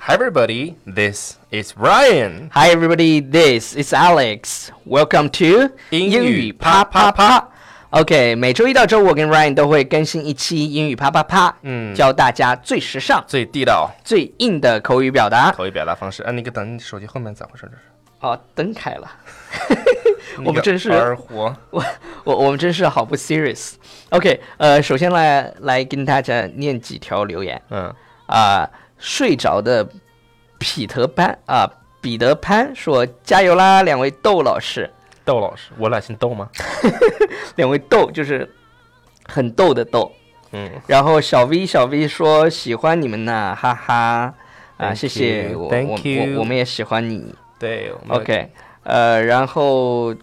Hi everybody, this is Ryan. Hi everybody, this is Alex. Welcome to 英语啪啪啪啪。OK，每周一到周五，我跟 Ryan 都会更新一期英语啪啪啪，嗯教大家最时尚、最地道最硬的口语表达。口语表达方式。啊按那个等你手机后面咋回事？这是哦，灯开 了，你我们个真是二货。我我我们真是好不 serious。OK，呃，首先来来跟大家念几条留言嗯，啊、睡着的彼得潘啊、彼得潘说：“加油啦，两位窦老师。”窦老师，我俩姓窦吗？两位逗，就是很逗的逗。嗯，然后小 V 小 V 说喜欢你们呐，哈哈，啊， Thank 谢谢 you, 我 thank 我 you 我我们也喜欢你。对我们 OK，呃，然后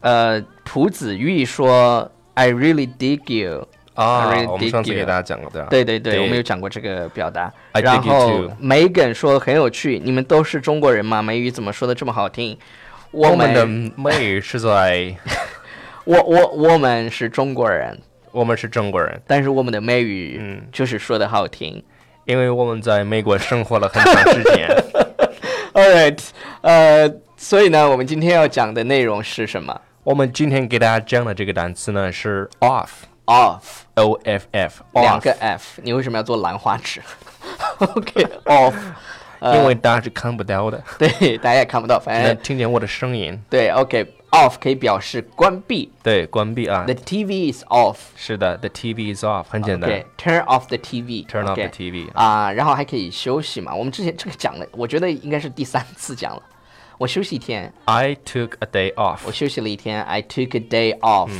呃，朴子玉说 I really dig you，啊 I really，我们上次 dig you 给大家讲过对吧？对对对，啊对我们有讲过这个表达。 I dig 然 you 后 too 梅梗说很有趣，你们都是中国人吗？美语怎么说的这么好听？我我们的们妹语是在， 我我我们是中国人，我们是中国人，但是我们的美语嗯就是说的好听。因为我们在美国生活了很长时 间。 All right，呃，所以呢，我们今天要讲的内容是什么我们今天给大家讲的这个单词呢是 off，o ？Off， f f，两个 off， F，你为什么要做兰花指 ？OK，off，呃哎因为大家是看不到的，对，大家也看不到，只反能正听见我的声音。对，OK，off 可以表示关闭对，关闭啊，the。TV is off，是的，the TV is off，很简单。对，turn off the TV，turn Turn off the TV 啊，然后还可以休息嘛。我们之前这个讲了，我觉得应该是第三次讲了。我休息一天， I took a day 我 off. 休息了一天，I took a day off、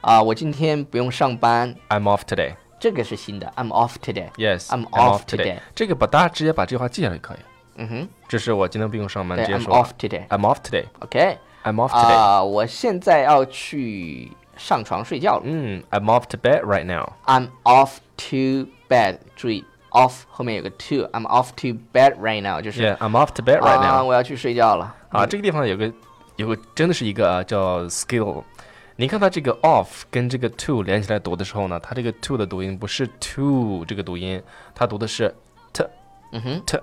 啊，我今天不用上班， I'm off today. 这个是新的，I'm off today。 Yes, I'm off today 这个把大家直接把这句话记下来就可以。嗯哼，这是我今天不用上班，对直接，I'm 说了 off today。 I'm off today. OK， I'm off today. 啊、我现在要去上床睡觉了。嗯，I'm off to bed right now. I'm off to bed。注意，off 后面有个 to，I'm off to bed right now，就是 Yeah, I'm off to bed 啊 right now. 我要去睡觉了。啊，这个地方有个有个真的是一个啊叫 skill。你看它这个 off 跟这个 to 连起来读的时候呢，它这个 to 的读音不是 to 这个读音，它读的是 t 嗯哼啊 t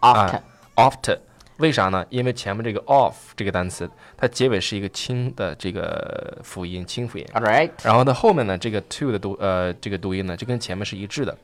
啊，after、 off t 为啥呢？因为前面这个 off 这个单词，它结尾是一个轻的这个辅音，轻辅音。 All right，然后呢，后面呢，这个 to 的读呃这个读音呢，就跟前面是一致的，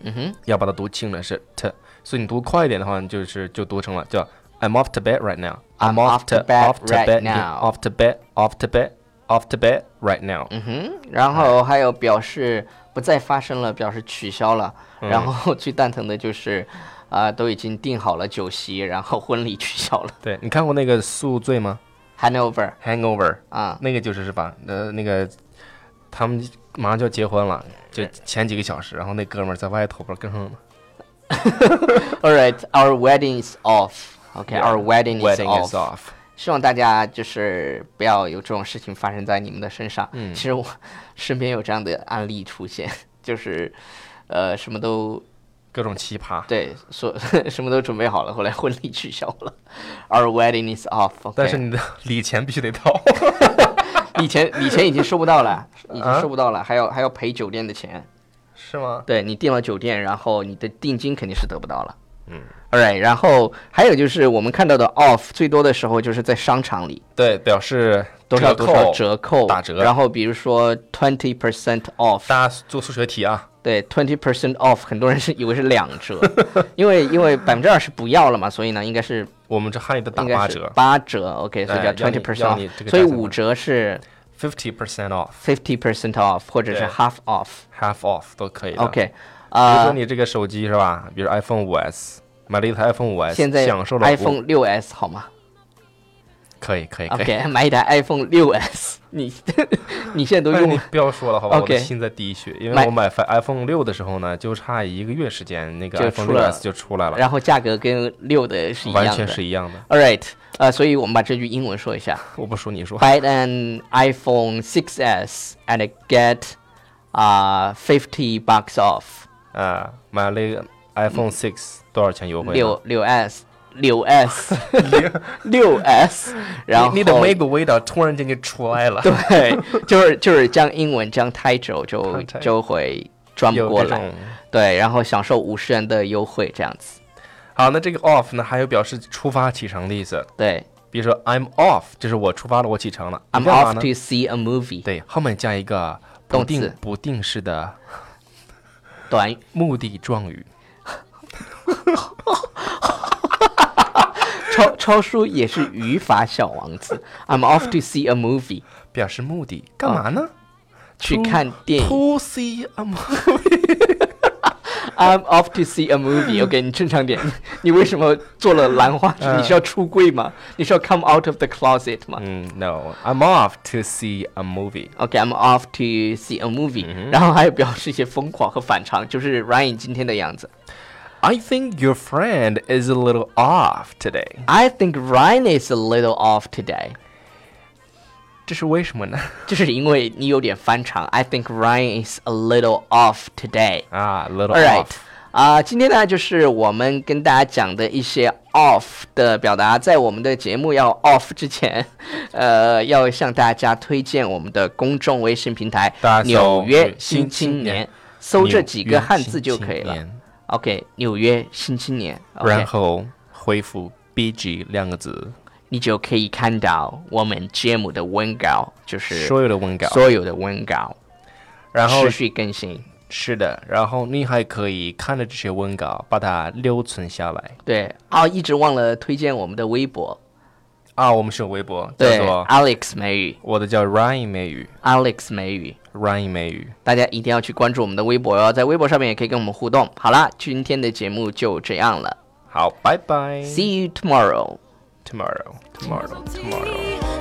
嗯哼要把它读轻了是 t，所以你读快一点的话，你就是就读成了叫 I'm off to bed right now。 I'm off to bed off to right bed now off to bed off to bed off to bed right now。嗯哼，然后还有表示不再发生了，表示取消了。嗯然后最蛋疼的就是，啊、都已经订好了酒席，然后婚礼取消了。 对你看过那个宿醉吗 Hanover ？Hangover，啊，那个就是是吧？呃，那个他们马上就要结婚了，就前几个小时，然后那哥们儿在外头边跟上了。 All right, our wedding is off. OK, our wedding is Wedding off. is off。希望大家就是不要有这种事情发生在你们的身上。嗯其实我身边有这样的案例出现， 就是，呃，什么都各种奇葩。对，所 什么都准备好了，后来婚礼取消了。Our wedding is off. OK，但是你的 礼钱必须得到。礼钱礼钱已经收不到 了，已啊经收不到了，还要还要赔酒店的钱。是吗？对你订了酒店，然后你的定金肯定是得不到了。嗯，All right，然后还有就是我们看到的 off 最多的时候就是在商场里对，表示多折少多扣少折扣打折然后比如说 twenty percent off，大家做数学题啊，对 twenty percent off，很多人是以为是两 折，因为因为百分之二十不要了嘛，所以呢应该是我们这汉语的打应八该是折八折，OK，所以哎叫要你 twenty 要你 percent 这 off，个所以价钱五折是，fifty percent off。 fifty percent off 或者是对 half off。 Half off 都可以的。 OK，比如啊、说你这个手机是吧？比如 iPhone 五 S，买了一台 iPhone 五 S，现在享受了 iPhone 六 S 好吗可以 可以可以。 ？OK，买一台 iPhone 六 S，你 你现在都哎用你了不要说了，好吧？我 OK 的心在滴血，因为买我买 iPhone 六的时候呢，就差一个月时间，那个就 iPhone 出六了 S 就出来了，然后价格跟六的是一样完的。全是一样的。 All right，呃，所以我们把这句英文说一下我不说你说， ：Buy an iPhone 6s and get 啊、50 bucks off。啊，买了一个 iPhone six 多少钱优惠呢？六六 S，六 S，六 S，然后你你的美股味道突然间就出来了，对，就是就是将英文将 title 就将 title 就会转有过这来。种对，然后享受五十元的优惠这样子。好，那这个 off 呢，还有表示出发启程的意思。对比如说 I'm off，就是我出发了，我启程了。 ，I'm 你干嘛 off 呢 to see a movie，对，后面加一个不动定词不定式的短语目的状语。超超叔也是语法小王子。I'm off to see a movie，表示目的，干嘛呢？去看电影。 To see a movie， I'm off to see a movie。OK，你正 常点。 你为什么做了兰花指？你是要出柜吗？你是要 come out of the closet 吗嗯，No，I'm off to see a movie。 ？OK，I'm off to see a movie。然嗯后还有表示一些疯狂和反常，就是 Ryan 今天的样子。 I think your friend is a little off today。 I think Ryan is a little off today。这是为什 么呢？这是因为你有点翻常。I think Ryan is a little off today。啊，little All right， off。啊、今天呢就是我们跟大家讲的一些 off 的表达，在我们的节目要 off 之前， 呃，要向大家推荐我们的公众微信平台大家《搜纽约新新青青年年》，搜这几纽个约汉新字就青可以了年。。 OK，纽约新青年然，OK，后回复 BG 两个字，你就可以看到我们节目的文稿，就是所有的文稿。所有的文稿然后持续更新。是的，然后你还可以看着这些文稿，把它留存下来。对啊，一直忘了推荐我们的微博，啊，我们是有微博，叫对做，Alex 美语我的叫 Ryan 美语，Alex 美语。 ，Ryan 美语。大家一定要去关注我们的微博哟，在微博上面也可以跟我们互动。好啦，今天的节目就这样了好，拜拜，See you tomorrow。 ，tomorrow，tomorrow，tomorrow。